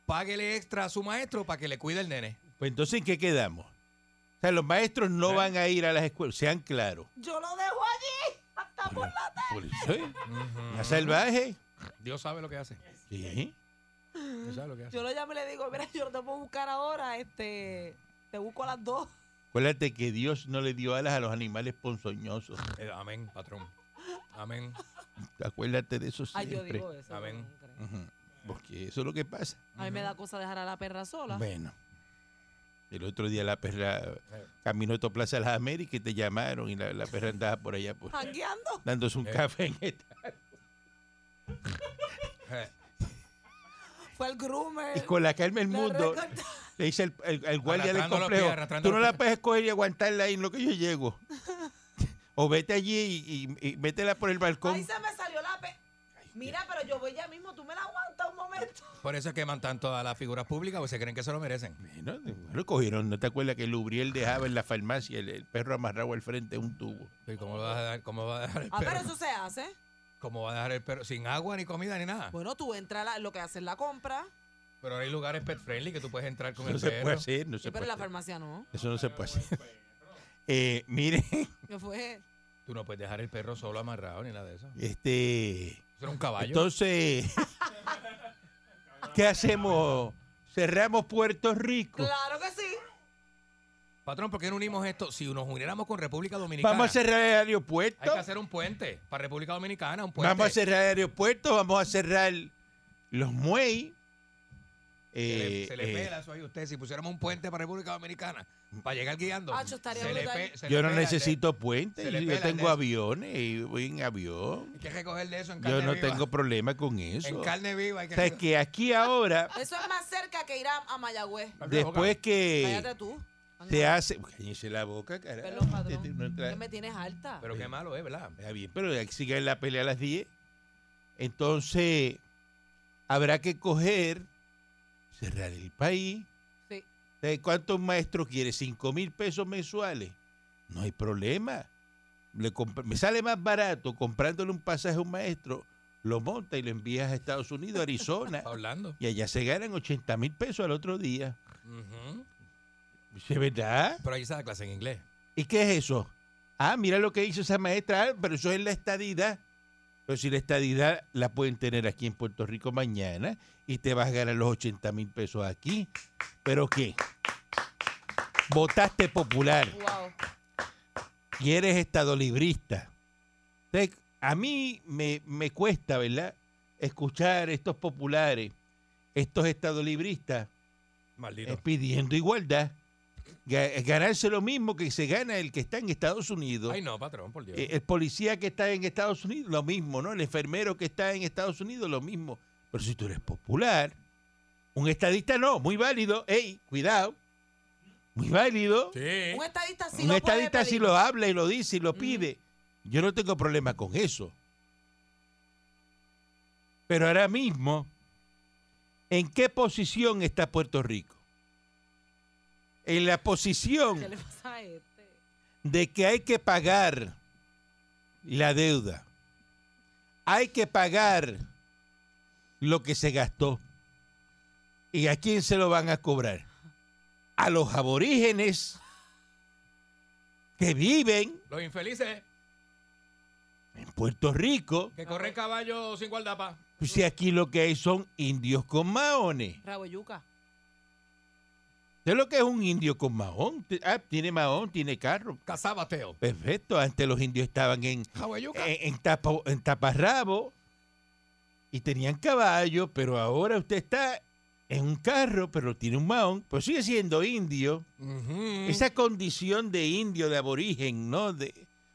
Páguele extra a su maestro para que le cuide el nene.
Pues entonces, ¿en qué quedamos? O sea, los maestros no
¿Eh?
van a ir a las escuelas, sean claros.
Yo lo dejo allí. Hasta por la
Por eso, ¿eh? ¿La salvaje?
Dios sabe lo que hace.
Sí.
Dios sabe lo que hace.
Yo lo llamo y le digo, mira, yo no te puedo buscar ahora, este, te busco a las dos.
Acuérdate que Dios no le dio alas a los animales ponzoñosos.
Eh, amén, patrón. Amén.
Acuérdate de eso
Ay,
siempre.
yo digo eso.
Amén.
yo no creo.
Ujú. Porque eso es lo que pasa.
A mí me da cosa dejar a la perra sola.
Bueno. El otro día la perra caminó a tu Plaza de las Américas y te llamaron y la, la perra andaba por allá pues,
Jangueando.
dándose un
Eh.
café en esta.
Eh,
Fue el groomer.
Y con la calma del
la
mundo
recorta-
le dice el, el- el guardia del
Arrastrando los
complejo,
pies, arrastrando
tú no
los
la
pies".
puedes coger y aguantarla ahí en lo que yo llego. O vete allí y, y- y métela por el balcón.
Ahí se me salió la pe... Mira, pero yo voy ya mismo, tú me la aguantas un momento.
Por eso es que aman tanto a las figuras públicas, porque se creen que se lo merecen.
Bueno, de- bueno, cogieron, ¿no te acuerdas que Lubriel dejaba en la farmacia el, el perro amarrado al frente de un tubo?
¿Y cómo, lo vas a dar- cómo va a dejar el
Ah, pero
perro?
eso se hace.
¿Cómo va a dejar el perro? Sin agua, ni comida, ni nada.
Bueno, tú entras, a la- lo que haces la compra,
Pero hay lugares pet friendly que tú puedes entrar con
No
el
se
perro.
puede hacer, no
sí,
se
pero
puede
en la
hacer.
farmacia no.
Eso no se puede hacer. Eh, mire,
Que fue
Tú no puedes dejar el perro solo amarrado ni nada de eso. Eso
este...
era un caballo.
Entonces, ¿qué hacemos? Cerramos Puerto Rico.
Claro que sí.
Patrón, ¿por qué no unimos esto? Si nos uniéramos con República Dominicana,
Vamos a cerrar el aeropuerto.
hay que hacer un puente para República Dominicana, un puente.
Vamos a cerrar el aeropuerto. Vamos a cerrar los muey.
Se
Eh,
le, se le
eh,
pela eso ahí a usted. Si pusiéramos un puente para República Dominicana, para llegar guiando.
Acho, estaría
se le
brutal.
pe- se le
yo no
pela,
necesito
se
puentes.
le
Yo
pela,
tengo
le-
aviones y voy en avión.
Hay que recoger de eso en carne
Yo no
viva.
tengo problema con
En
eso.
carne viva hay que
O sea, es que aquí ahora,
Eso es más cerca que ir a, a Mayagüez.
después que
Cállate tú.
se hace... Cállense la boca, carajo.
Perdón,
Este, no
patrón.
entra-
Que me tienes alta.
Pero qué malo es, ¿verdad?
Está bien, pero hay que sigue la pelea a las 10. Entonces, habrá que coger, cerrar el país.
Sí.
¿Sabe ¿Cuántos maestros quiere? ¿Cinco mil pesos mensuales? No hay problema. Le comp- me sale más barato comprándole un pasaje a un maestro, lo monta y lo envías a Estados Unidos, Arizona,
Hablando.
y allá se ganan 80 mil pesos al otro día. ¿De verdad?
Pero ahí está la clase en inglés.
¿Y qué es eso? Ah, mira lo que hizo esa maestra, ah, pero eso es la estadidad. Pero si la estadidad la pueden tener aquí en Puerto Rico mañana y te vas a ganar los 80 mil pesos aquí. ¿Pero qué? Votaste popular,
Wow.
y eres estadolibrista. Te- A mí me, me cuesta, ¿verdad? Escuchar estos populares, estos estadolibristas
Maldito.
eh, pidiendo igualdad, ga- ganarse lo mismo que se gana el que está en Estados Unidos.
Ay, no, patrón, por Dios.
Eh, El policía que está en Estados Unidos, lo mismo, ¿no? El enfermero que está en Estados Unidos, lo mismo. Pero si tú eres popular, un estadista no, muy válido, ey, cuidado, muy válido.
sí.
Un estadista sí
un
lo
estadista
puede
si
pedir.
lo habla y lo dice y lo
Mm.
pide. Yo no tengo problema con eso. Pero ahora mismo, ¿en qué posición está Puerto Rico? En la posición
¿Qué le pasa a este?
de que hay que pagar la deuda. Hay que pagar lo que se gastó. ¿Y a quién se lo van a cobrar? A los aborígenes que viven
Los infelices
en Puerto Rico. Pues
que
Ah.
corren caballo sin guardapa.
Si aquí lo que hay son indios con maones.
Rabo yuca.
¿Usted lo que es un indio con mahón? Ah, tiene mahón, tiene carro.
Cazabateo.
Perfecto. Antes los indios estaban Eh, en,
Jaguayuca.
en, en tapa- en taparrabo, y tenían caballo, pero ahora usted está en un carro, pero tiene un mahón, pues sigue siendo indio.
Mm.
Esa condición de indio, de aborigen, ¿no? De,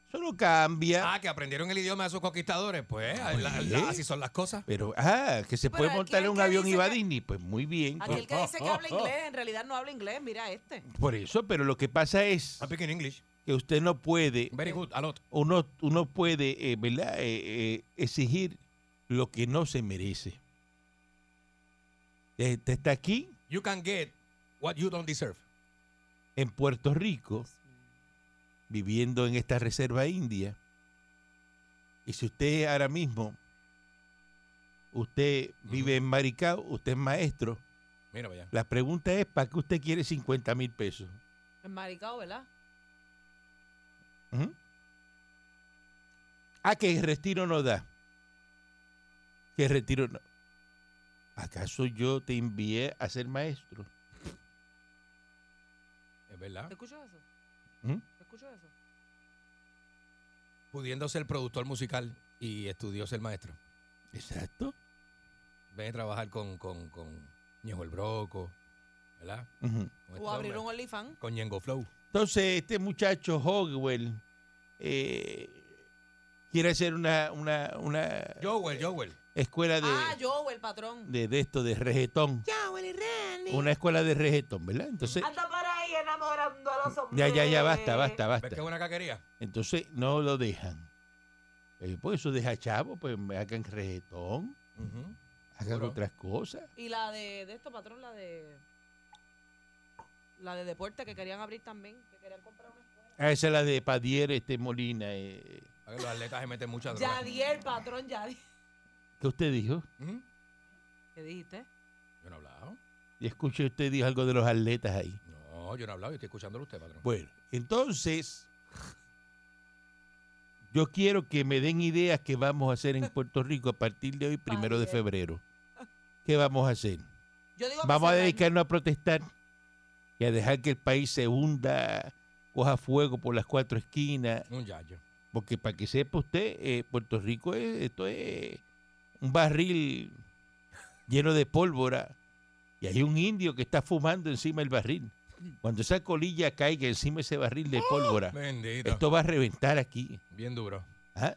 eso no cambia.
Ah, que aprendieron el idioma de sus conquistadores. Pues la-
sí.
la- así son las cosas.
Pero, ah, que se
Pero
puede
aquí
montar en
el
un
que
avión y
dice
va a
que-
Disney, pues muy bien.
Aquel que dice que habla inglés, en realidad no habla inglés, mira este.
Por eso, pero lo que pasa es
I speak in English.
que usted no puede,
Very good. A lot.
uno, uno puede, eh, ¿verdad? Eh, eh, exigir lo que no se merece. Eh, Usted está aquí
You can get what you don't deserve.
en Puerto Rico, viviendo en esta reserva india, y si usted ahora mismo, usted vive en Maricao, usted es maestro,
Mira para allá.
la pregunta es, ¿para qué usted quiere 50 mil pesos?
Es maricao, ¿verdad?
Ujú. Ah, que el retiro no da. Que el retiro no. ¿Acaso yo te envié a ser maestro?
Es verdad.
¿Te escuchas eso?
Ujú.
¿Te escuchas eso?
Pudiendo ser productor musical y estudió ser maestro.
Exacto.
Ven a trabajar con, con, con Ñejo el Broco, ¿verdad?
Ujú.
Con
O
este
abrir un
hombre,
OnlyFans.
Con Ñengo Flow.
Entonces, este muchacho Hogwell eh, quiere hacer una, una, una
Joel, Joel.
escuela de,
Ah, yo, el patrón.
de, de esto, de regetón. Una escuela de regetón, ¿verdad? Entonces,
Anda para ahí enamorando a los
ya, ya, ya, basta, basta,
¿Ves que
basta.
es una caquería?
Entonces no lo dejan. Eh, pues eso deja chavo, pues me hagan reggaetón,
Ujú.
hagan
Seguro.
otras cosas.
Y la de, de esto, patrón, la de. La de deporte que querían abrir también. Que querían comprar una escuela.
Ah, esa es la de Padier este Molina. eh.
Para que los atletas se meten mucha droga.
Yadier, patrón, Yadier.
¿Qué usted dijo?
Ujú.
¿Qué dijiste?
Yo no he hablado.
Y escuché usted dijo algo de los atletas ahí.
No, yo no he hablado. Yo estoy escuchándolo a usted, patrón.
Bueno, entonces yo quiero que me den ideas que vamos a hacer en Puerto Rico a partir de hoy, primero de
Padier.
febrero. ¿Qué vamos a hacer?
Yo digo que
Vamos a
se dañe.
dedicarnos a protestar y a dejar que el país se hunda, coja fuego por las cuatro esquinas.
Un yayo.
Porque para que sepa usted, eh, Puerto Rico es, esto es un barril lleno de pólvora y hay un indio que está fumando encima del barril. Cuando esa colilla caiga encima de ese barril de pólvora,
Bendito.
esto va a reventar aquí.
Bien duro.
¿ah?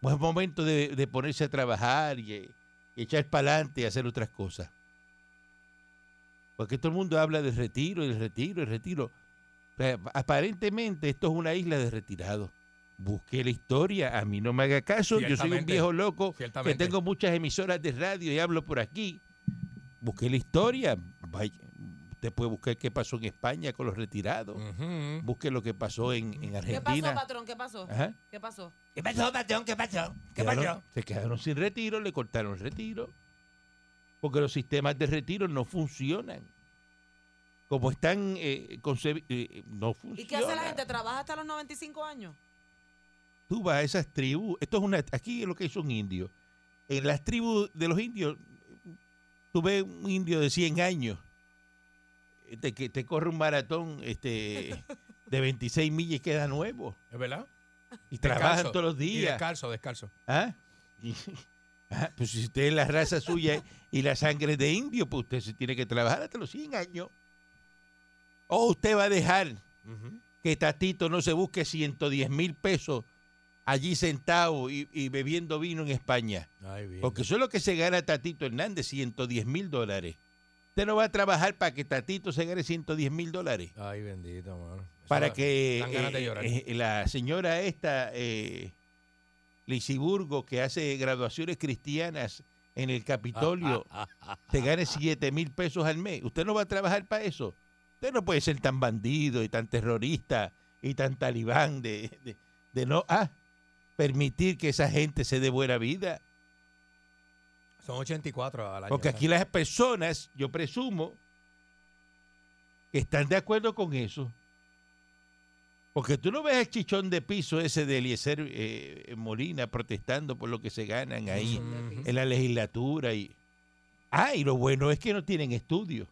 Pues es momento de, de ponerse a trabajar y, y echar para adelante y hacer otras cosas. Porque todo el mundo habla del retiro, el retiro, el retiro. O sea, Aparentemente esto es una isla de retirados. Busqué la historia, a mí no me haga caso, yo soy un
Ciertamente,
viejo loco que
Ciertamente.
tengo muchas emisoras de radio y hablo por aquí. Busqué la historia, vaya, usted puede buscar qué pasó en España con los retirados,
Ujú.
busque lo que pasó en, en
¿Qué pasó,
Argentina.
patrón? ¿Qué pasó?
Ajá.
¿Qué pasó?
¿Qué pasó, patrón? ¿Qué pasó? ¿Qué
Quedaron-
pasó?
Se quedaron sin retiro, le cortaron el retiro. Porque los sistemas de retiro no funcionan. Como están eh, concebi- eh, no
¿Y
funcionan.
qué hace la gente? ¿Trabaja hasta los 95 años?
Tú vas a esas tribus. Esto es una. Aquí es lo que es un indio. En las tribus de los indios, tú ves un indio de 100 años eh, te- que te corre un maratón este, de 26 millas y queda nuevo.
¿Es verdad?
Y
Descalzo.
trabajan todos los
Y
días.
descalzo, descalzo.
¿Ah? Y- ah, Pues si usted es la raza suya y la sangre de indio, pues usted se tiene que trabajar hasta los 100 años. O usted va a dejar que Tatito no se busque 110 mil pesos allí sentado y, y bebiendo vino en España.
Ay, bien.
Porque eso es lo que se gana Tatito Hernández, 110 mil dólares. Usted no va a trabajar para que Tatito se gane 110 mil dólares
Ay, bendito, mano. Eso
para
da-
que
dan ganas
eh,
de llorar.
eh, la señora esta, eh, Lisiburgo, que hace graduaciones cristianas en el Capitolio, se gane 7 mil pesos al mes. Usted no va a trabajar para eso. Usted no puede ser tan bandido y tan terrorista y tan talibán de, de- de no ah, permitir que esa gente se dé buena vida.
Son 84 al año.
Porque aquí las personas, yo presumo, que están de acuerdo con eso. Porque tú no ves el chichón de piso ese de Eliezer eh, Molina protestando por lo que se ganan ahí
Ujú.
en la legislatura. Y... Ah, y lo bueno es que no tienen estudio.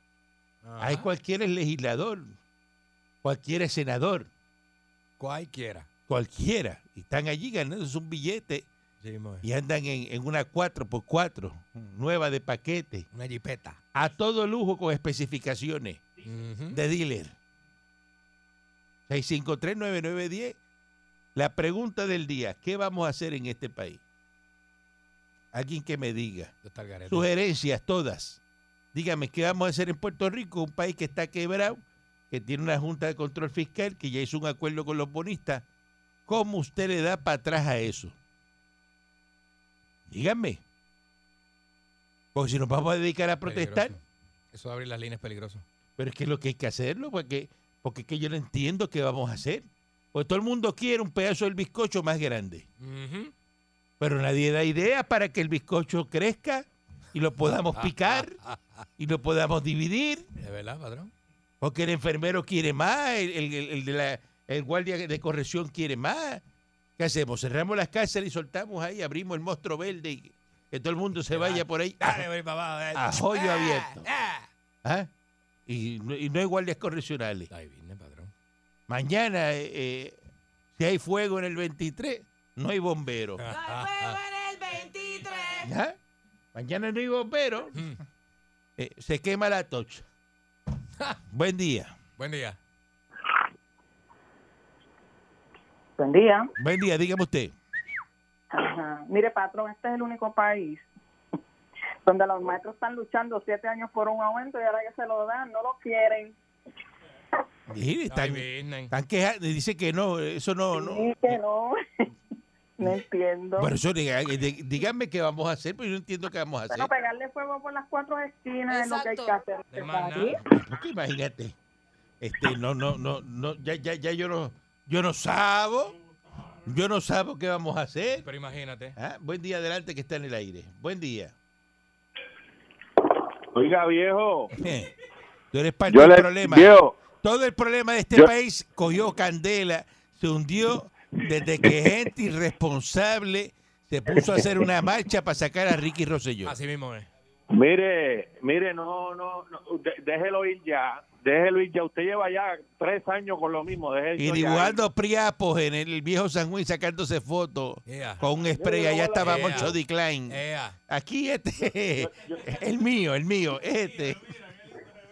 Ajá.
Hay cualquier legislador, cualquier senador,
Cualquiera.
cualquiera. Y están allí ganándose un billete
Sí, mo-
y andan en, en una 4x4 nueva de paquete,
Una jipeta.
a todo lujo con especificaciones
Ujú.
de dealer. 6539910. La pregunta del día, ¿qué vamos a hacer en este país? Alguien que me diga.
Yo estar garete.
Sugerencias todas. Dígame, ¿qué vamos a hacer en Puerto Rico? Un país que está quebrado, que tiene una Junta de Control Fiscal, que ya hizo un acuerdo con los bonistas. ¿Cómo usted le da para atrás a eso? Dígame. Porque si nos vamos a dedicar a protestar,
Peligroso. Eso de abrir las líneas es peligroso.
pero es que es lo que hay que hacerlo, porque, porque es que yo no entiendo qué vamos a hacer. Porque todo el mundo quiere un pedazo del bizcocho más grande. Pero nadie da ideas para que el bizcocho crezca y lo podamos picar y lo podamos dividir.
¿De verdad, patrón?
Porque el enfermero quiere más, el, el- el- el de la- el guardia de corrección quiere más. ¿Qué hacemos? Cerramos las cárceles y soltamos ahí, abrimos el monstruo verde y que todo el mundo se vaya por ahí
Dale, ven, papá. dale.
a joyo abierto.
Ah.
¿Ah? Y, no- y no hay guardias correccionales.
Ahí viene, patrón.
Mañana, eh, eh, si hay fuego en el 23, no hay bomberos.
Ah.
¡Ay, fuego en el 23!
¿Ya? Mañana no hay bomberos.
Mm.
Eh, se quema la tocha. Buen día.
Buen día.
Buen día.
Buen día, dígame usted.
Ajá. Mire, patrón, este es el único país donde los maestros están luchando siete años por un aumento y ahora que se lo dan, no lo quieren.
Sí,
Ahí
están,
viene.
están quejando, dice que no, eso no, no.
Sí, que no. no entiendo.
Bueno, eso, diga- eh, di- díganme qué vamos a hacer, pues yo no entiendo qué vamos a hacer.
Bueno, pegarle fuego por las cuatro esquinas es lo que hay
Exacto.
que hacer.
De más
¿Sí?
nada.
Porque imagínate, este, no, no, no, no, ya, ya, ya yo no, yo no sabo, yo no sabo qué vamos a hacer.
Pero imagínate.
Ah, Buen día, adelante que está en el aire. Buen día.
Oiga, viejo.
Eh, Tú eres parte
Yo
del
le,
problema.
viejo,
Todo el problema de este
Yo-
país cogió candela, se hundió desde que gente irresponsable se puso a hacer una marcha para sacar a Ricky Rosselló.
Así mismo es.
mire, mire, no, no, no, de- déjelo ir ya. Déjelo ir ya. Usted lleva ya tres años con lo mismo. Déjelo
Y
ya.
dibujando priapos en el viejo San Juan sacándose fotos
Yeah.
con un spray. Allá estaba
Yeah.
Moncho D. Klein.
Ea.
Aquí este, el mío, el mío, este.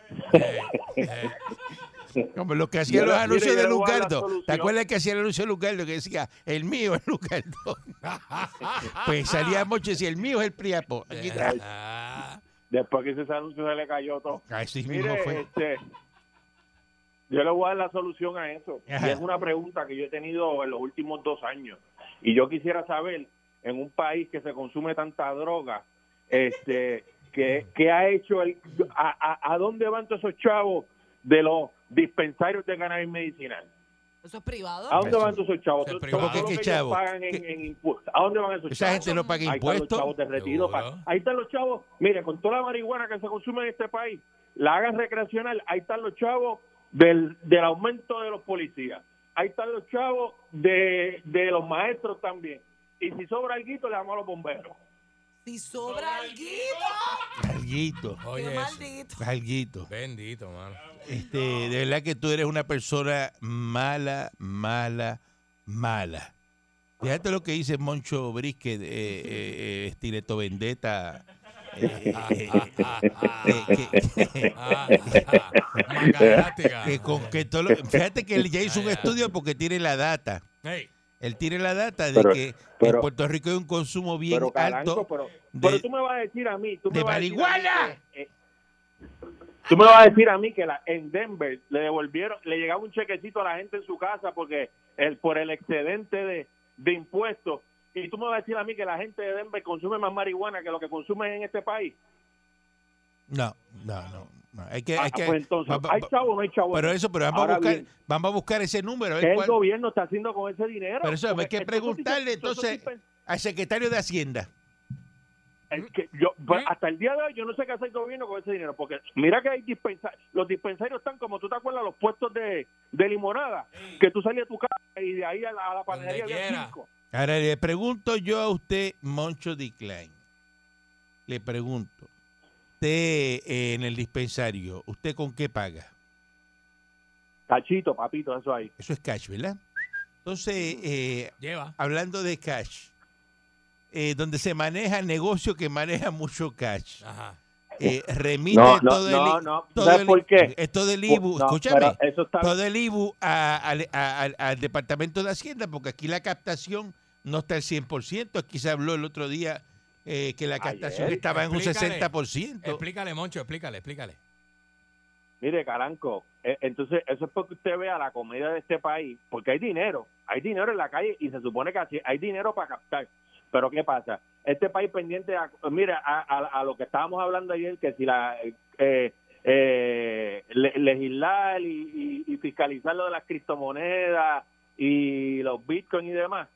Como lo que hacía
Mira,
los
mira,
anuncios
yo
de
le voy a dar la
Lucardo. ¿Te
solución.
acuerdas que hacía el anuncio de Lucardo que decía, el mío es Lucardo? pues salía Moncho y decía, el mío es el Priapo.
Eh.
Aquí está.
Ah.
Después que hizo ese anuncio se le cayó todo.
Así mismo
Mire,
Oh, fue.
este, yo le voy a dar la solución a eso.
Ajá.
Y es una pregunta que yo he tenido en los últimos dos años. Y yo quisiera saber, en un país que se consume tanta droga, este, ¿qué, qué ha hecho? El, a, a- a dónde van todos esos chavos de los dispensarios de cannabis medicinal?
¿Eso es privado?
¿A dónde van todos esos chavos?
Eso es
Todo-
privado.
todo lo que
¿Qué- qué
ellos
chavos?
pagan en-
¿Qué?
en impu- ¿A dónde van esos
Esa
chavos?
gente no paga
Ahí están los
impuestos.
chavos de retiro.
Seguro.
pa- Ahí están los chavos. Mire, con toda la marihuana que se consume en este país, la hagan recreacional, ahí están los chavos del, del aumento de los policías. Ahí están los chavos de, de los maestros también. Y si sobra algo, le damos a los bomberos.
Si sobra alguito.
Alguito,
Qué
Oye, eso.
maldito.
alguito.
bendito, mano.
Este, de verdad que tú eres una persona mala, mala, mala. Fíjate lo que dice Moncho Brisket, eh, eh, eh, Estileto Vendetta. eh, eh, eh, que- que-
Ah, ah, magalástica.
que con que todo lo- fíjate que él ya hizo un
Ya, ya.
estudio porque tiene la data.
Ey,
Él tiene la data de
Pero-
que en
pero-
Puerto Rico hay un consumo bien
pero, Calanco,
alto.
pero,
de-
pero tú me vas a decir a mí, tú
de
me vas a decir a mí
marihuana.
que, eh, tú me vas a decir a mí que la, en Denver le devolvieron, le llegaba un chequecito a la gente en su casa porque el por el excedente de, de impuestos. Y tú me vas a decir a mí que la gente de Denver consume más marihuana que lo que consume en este país.
No, no, no. no. Hay que,
Ah,
hay que-
pues entonces,
va- va-
¿hay chavo o no hay chavo?
pero eso, pero vamos a
Ahora
buscar,
bien,
vamos a buscar ese número. a ver
¿Qué el
cuál-
gobierno está haciendo con ese dinero?
Pero eso hay
Porque
que
estos son
preguntarle
dispen- estos son
entonces
dispen-
al secretario de Hacienda.
Es que yo, pues, hasta el día de hoy yo no sé qué hace el gobierno con ese dinero, porque mira que hay dispensa los dispensarios están como tú te acuerdas, los puestos de, de limonada, que tú salías de tu casa y de ahí a la, a la panadería
Donde
había
quiera.
cinco.
Ahora le pregunto yo a usted, Moncho D. Klein. Le pregunto, usted eh, en el dispensario, ¿usted con qué paga?
Cachito, papito, eso ahí.
Eso es cash, ¿verdad? Entonces, eh,
lleva.
hablando de cash, eh, donde se maneja negocio que maneja mucho cash.
Ajá.
Eh, remite
No, no,
todo el
no,
i-
no,
todo
¿sabes
el-
por qué?
eh, todo el IBU,
No,
escúchame,
pero Eso está
todo el IBU a- al, a- al- al Departamento de Hacienda, porque aquí la captación no está al 100%. Aquí se habló el otro día eh, que la captación
Ayer.
estaba en un
Explícale.
60%.
Explícale, Moncho, explícale, explícale.
Mire, Caranco, eh, entonces eso es porque usted vea la comida de este país, porque hay dinero, hay dinero en la calle y se supone que así hay dinero para captar. Pero ¿qué pasa? Este país pendiente, a, mira, a, a- a lo que estábamos hablando ayer, que si la eh, eh, le- legislar y, y- y fiscalizar lo de las criptomonedas y los bitcoins y demás.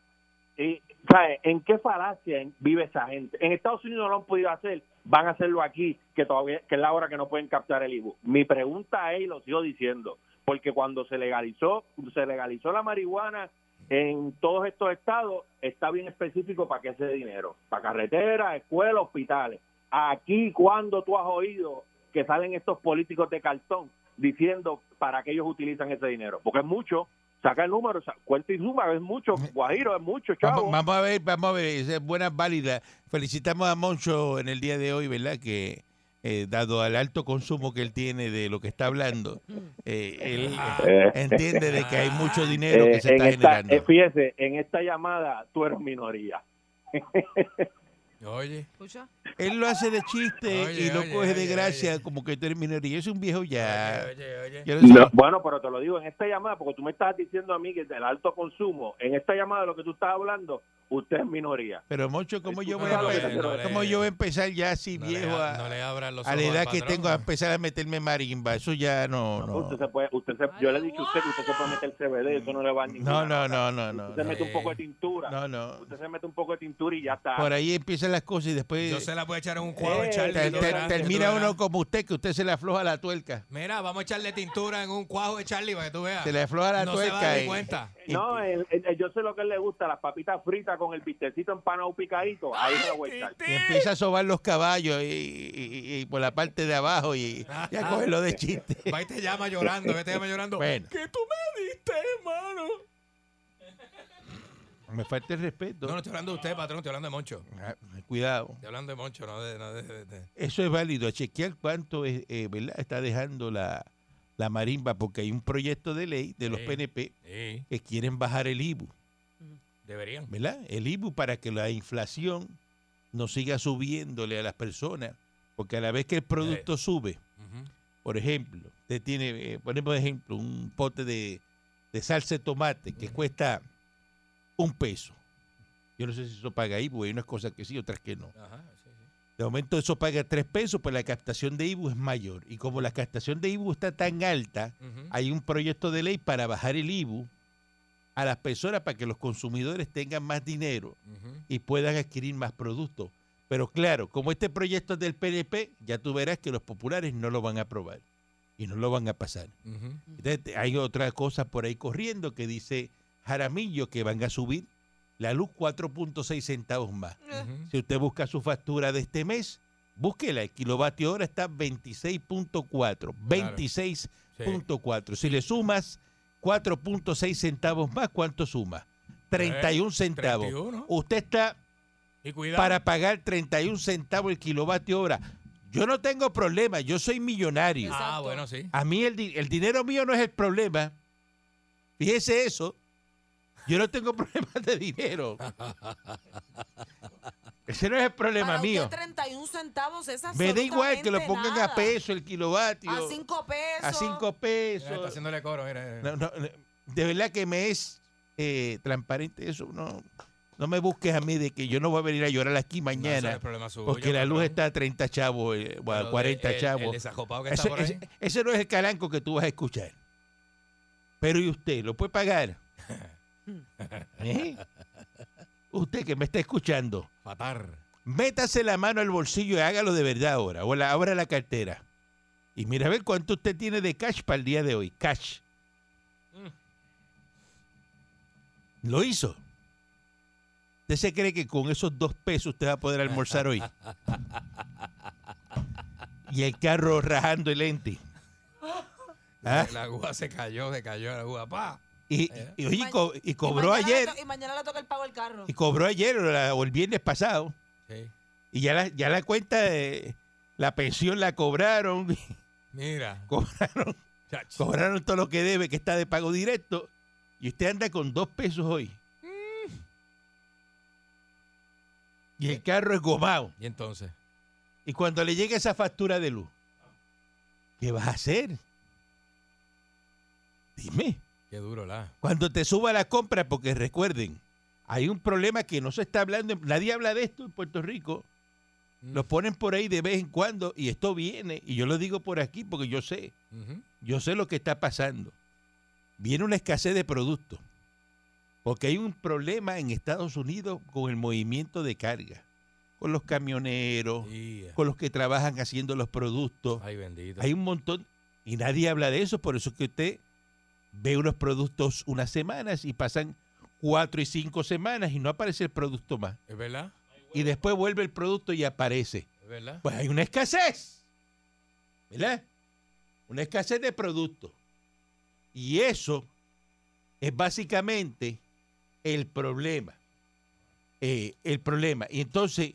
Y, ¿sabe? ¿En qué falacia en- vive esa gente? En Estados Unidos no lo han podido hacer, van a hacerlo aquí, que todavía que es la hora que no pueden captar el IBU. Mi pregunta es, y lo sigo diciendo, porque cuando se legalizó, se legalizó la marihuana en todos estos estados, está bien específico para qué ese dinero, para carreteras, escuelas, hospitales. Aquí, cuando tú has oído que salen estos políticos de cartón diciendo para qué ellos utilizan ese dinero, porque es mucho, saca el número, sa- cuenta y suma, es mucho, Guajiro, es mucho, chavo.
Vamos, vamos a ver, vamos a ver, esa es buena, válida. Felicitamos a Moncho en el día de hoy, ¿verdad? Que eh, dado al alto consumo que él tiene de lo que está hablando,
Mm.
eh, él
Eh,
entiende de que hay mucho dinero
eh,
que se
en
está
esta,
generando.
eh, fíjese, en esta llamada tú eres minoría.
Ah. Oye,
Escucha.
Él lo hace de chiste
Oye,
y lo
oye,
coge de
oye,
gracia,
oye.
como que tú eres minoría. Es un viejo ya.
oye, oye, oye.
Yo no sé.
Bueno, pero te lo digo en esta llamada, porque tú me estás diciendo a mí que del alto consumo, en esta llamada de lo que tú estás hablando, usted es minoría.
Pero Moncho, ¿cómo yo voy a
No, no,
empezar,
no, no,
cómo
no,
yo voy a
no,
empezar ya así
no le
viejo
a-
a,
no le abran los
a la
ojos al
edad que
patrón,
tengo a
¿no?
empezar a meterme marimba? Eso ya no, no.
Usted se puede, usted se- yo le he dicho a usted que usted se puede meter CBD, eso no le va a ninguna.
No, no, no, no, no.
Usted se
no. eh,
mete un poco de tintura.
No, no.
Usted se mete un poco de tintura y ya está.
Por ahí empiezan las cosas y después
Yo se la voy a echar en un cuadro
Eh,
de Charlie.
te-
tú
te-
verás,
termina
tú verás.
uno como usted, que usted se le afloja la tuerca.
Mira, vamos a echarle tintura en un cuajo de Charlie para que tú veas.
Se le afloja la
no
tuerca.
se va a dar
y-
cuenta.
y-
No, el- el- yo sé lo que él le gusta, las papitas fritas con el pistecito empanado picadito. Ahí se lo voy a echar.
y empieza a sobar los caballos y, y- y por la parte de abajo y, y
Ah,
a cogerlo de chiste.
Va y te llama llorando, va y te llama llorando.
Bueno.
¿Qué tú me diste, hermano?
Me falta el respeto.
No, no estoy hablando de usted, patrón, estoy hablando de Moncho.
Ah, Cuidado.
Estoy hablando de Moncho, no de... No de, de- de-
Eso es válido. A chequear cuánto es, eh, ¿verdad? está dejando la, la marimba, porque hay un proyecto de ley de los
Sí.
PNP
Sí,
que quieren bajar el IBU,
deberían.
¿verdad? El IBU para que la inflación no siga subiéndole a las personas, porque a la vez que el producto sube,
Ujú.
por ejemplo, usted tiene, eh, ponemos de ejemplo, un pote de, de salsa de tomate que cuesta un peso. Yo no sé si eso paga IBU, hay unas cosas que sí, otras que no.
Ajá, sí, sí.
De momento eso paga tres pesos, pues la captación de IBU es mayor. Y como la captación de IBU está tan alta,
Ujú.
hay un proyecto de ley para bajar el IBU a las personas para que los consumidores tengan más dinero
Ujú.
y puedan adquirir más productos. Pero claro, como este proyecto es del PNP, ya tú verás que los populares no lo van a aprobar y no lo van a pasar.
Ujú.
Entonces, te- hay otra cosa por ahí corriendo que dice Jaramillo que van a subir la luz 4.6 centavos más.
Ujú.
Si usted busca su factura de este mes, búsquela. El kilovatio hora está 26.4. 26.4. Si le sumas 4.6 centavos más, ¿cuánto suma? 31 centavos.
31.
Usted está
Y
Uh,
cuidado.
para pagar 31 centavos el kilovatio hora. Yo no tengo problema, yo soy millonario.
Ah,
Exacto.
bueno, sí.
A mí el, di- el dinero mío no es el problema. Fíjese eso. Yo no tengo problemas de dinero. Ese no es el problema
Para usted,
mío.
31 centavos es
Me da igual que lo
absolutamente
pongan
nada.
a peso el kilovatio.
A 5 pesos.
a cinco
Mira, está
pesos.
haciéndole coro, mira. mira.
No, no, no, de verdad que me es eh, transparente eso. No, no me busques a mí de que yo no voy a venir a llorar aquí
No, eso no
mañana
es problema suyo,
porque la luz
patrón.
está a 30 chavos eh, o
Pero
a
de-
40
el- El,
chavos.
desajopado que está
Ese,
por ahí.
ese- ese no es el calanco que tú vas a escuchar. Pero ¿y usted? ¿Lo puede pagar? ¿Eh? Usted que me está escuchando,
Matar.
métase la mano al bolsillo y hágalo de verdad ahora. O la, abra la cartera. Y mira a ver cuánto usted tiene de cash para el día de hoy. Cash. Lo hizo. ¿Usted se cree que con esos dos pesos usted va a poder almorzar hoy? Y el carro rajando el ente. ¿Ah?
La, la aguja se cayó, se cayó la aguja. ¡Pa!
Y, y, oye, y co- y cobró
mañana le
ayer,
to- y mañana le toca el pago al carro.
y cobró ayer o, la- o el viernes pasado.
Sí.
Y ya la, ya la cuenta de la pensión la cobraron,
Mira.
cobraron,
chacho.
cobraron todo lo que debe, que está de pago directo. Y usted anda con dos pesos hoy. Y el carro es gomado.
Y entonces.
Y cuando le llegue esa factura de luz, ¿qué vas a hacer? Dime.
Qué duro la.
Cuando te suba la compra, porque recuerden, hay un problema que no se está hablando, nadie habla de esto en Puerto Rico.
Mm.
Lo ponen por ahí de vez en cuando y esto viene, y yo lo digo por aquí porque yo sé,
Ujú.
yo sé lo que está pasando. Viene una escasez de productos, porque hay un problema en Estados Unidos con el movimiento de carga, con los camioneros,
Y-
con los que trabajan haciendo los productos.
Ay, bendito.
Hay un montón y nadie habla de eso, por eso es que usted ve unos productos unas semanas y pasan cuatro y cinco semanas y no aparece el producto más.
¿Es verdad?
Y después vuelve el producto y aparece.
¿Es verdad?
Pues hay una escasez, ¿verdad? Una escasez de productos. Y eso es básicamente el problema. Eh, el problema. Y entonces,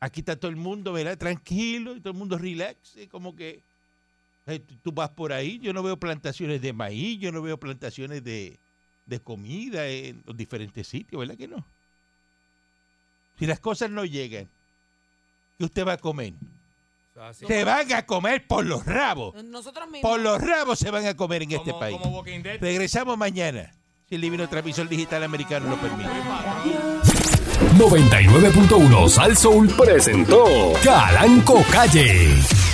aquí está todo el mundo, ¿verdad? Tranquilo, y todo el mundo relax, eh, como que eh, tú, tú vas por ahí, yo no veo plantaciones de maíz, yo no veo plantaciones de, de comida en los diferentes sitios, ¿verdad que no? Si las cosas no llegan, ¿qué usted va a comer?
O sea, así.
Se van a comer por los rabos.
Nosotros mismos.
Por los rabos se van a comer en este
Como-
país.
Como Walking Dead.
Regresamos mañana, si el divino transmisor digital americano lo permite.
99.1 Sal Soul presentó Calanco Calle.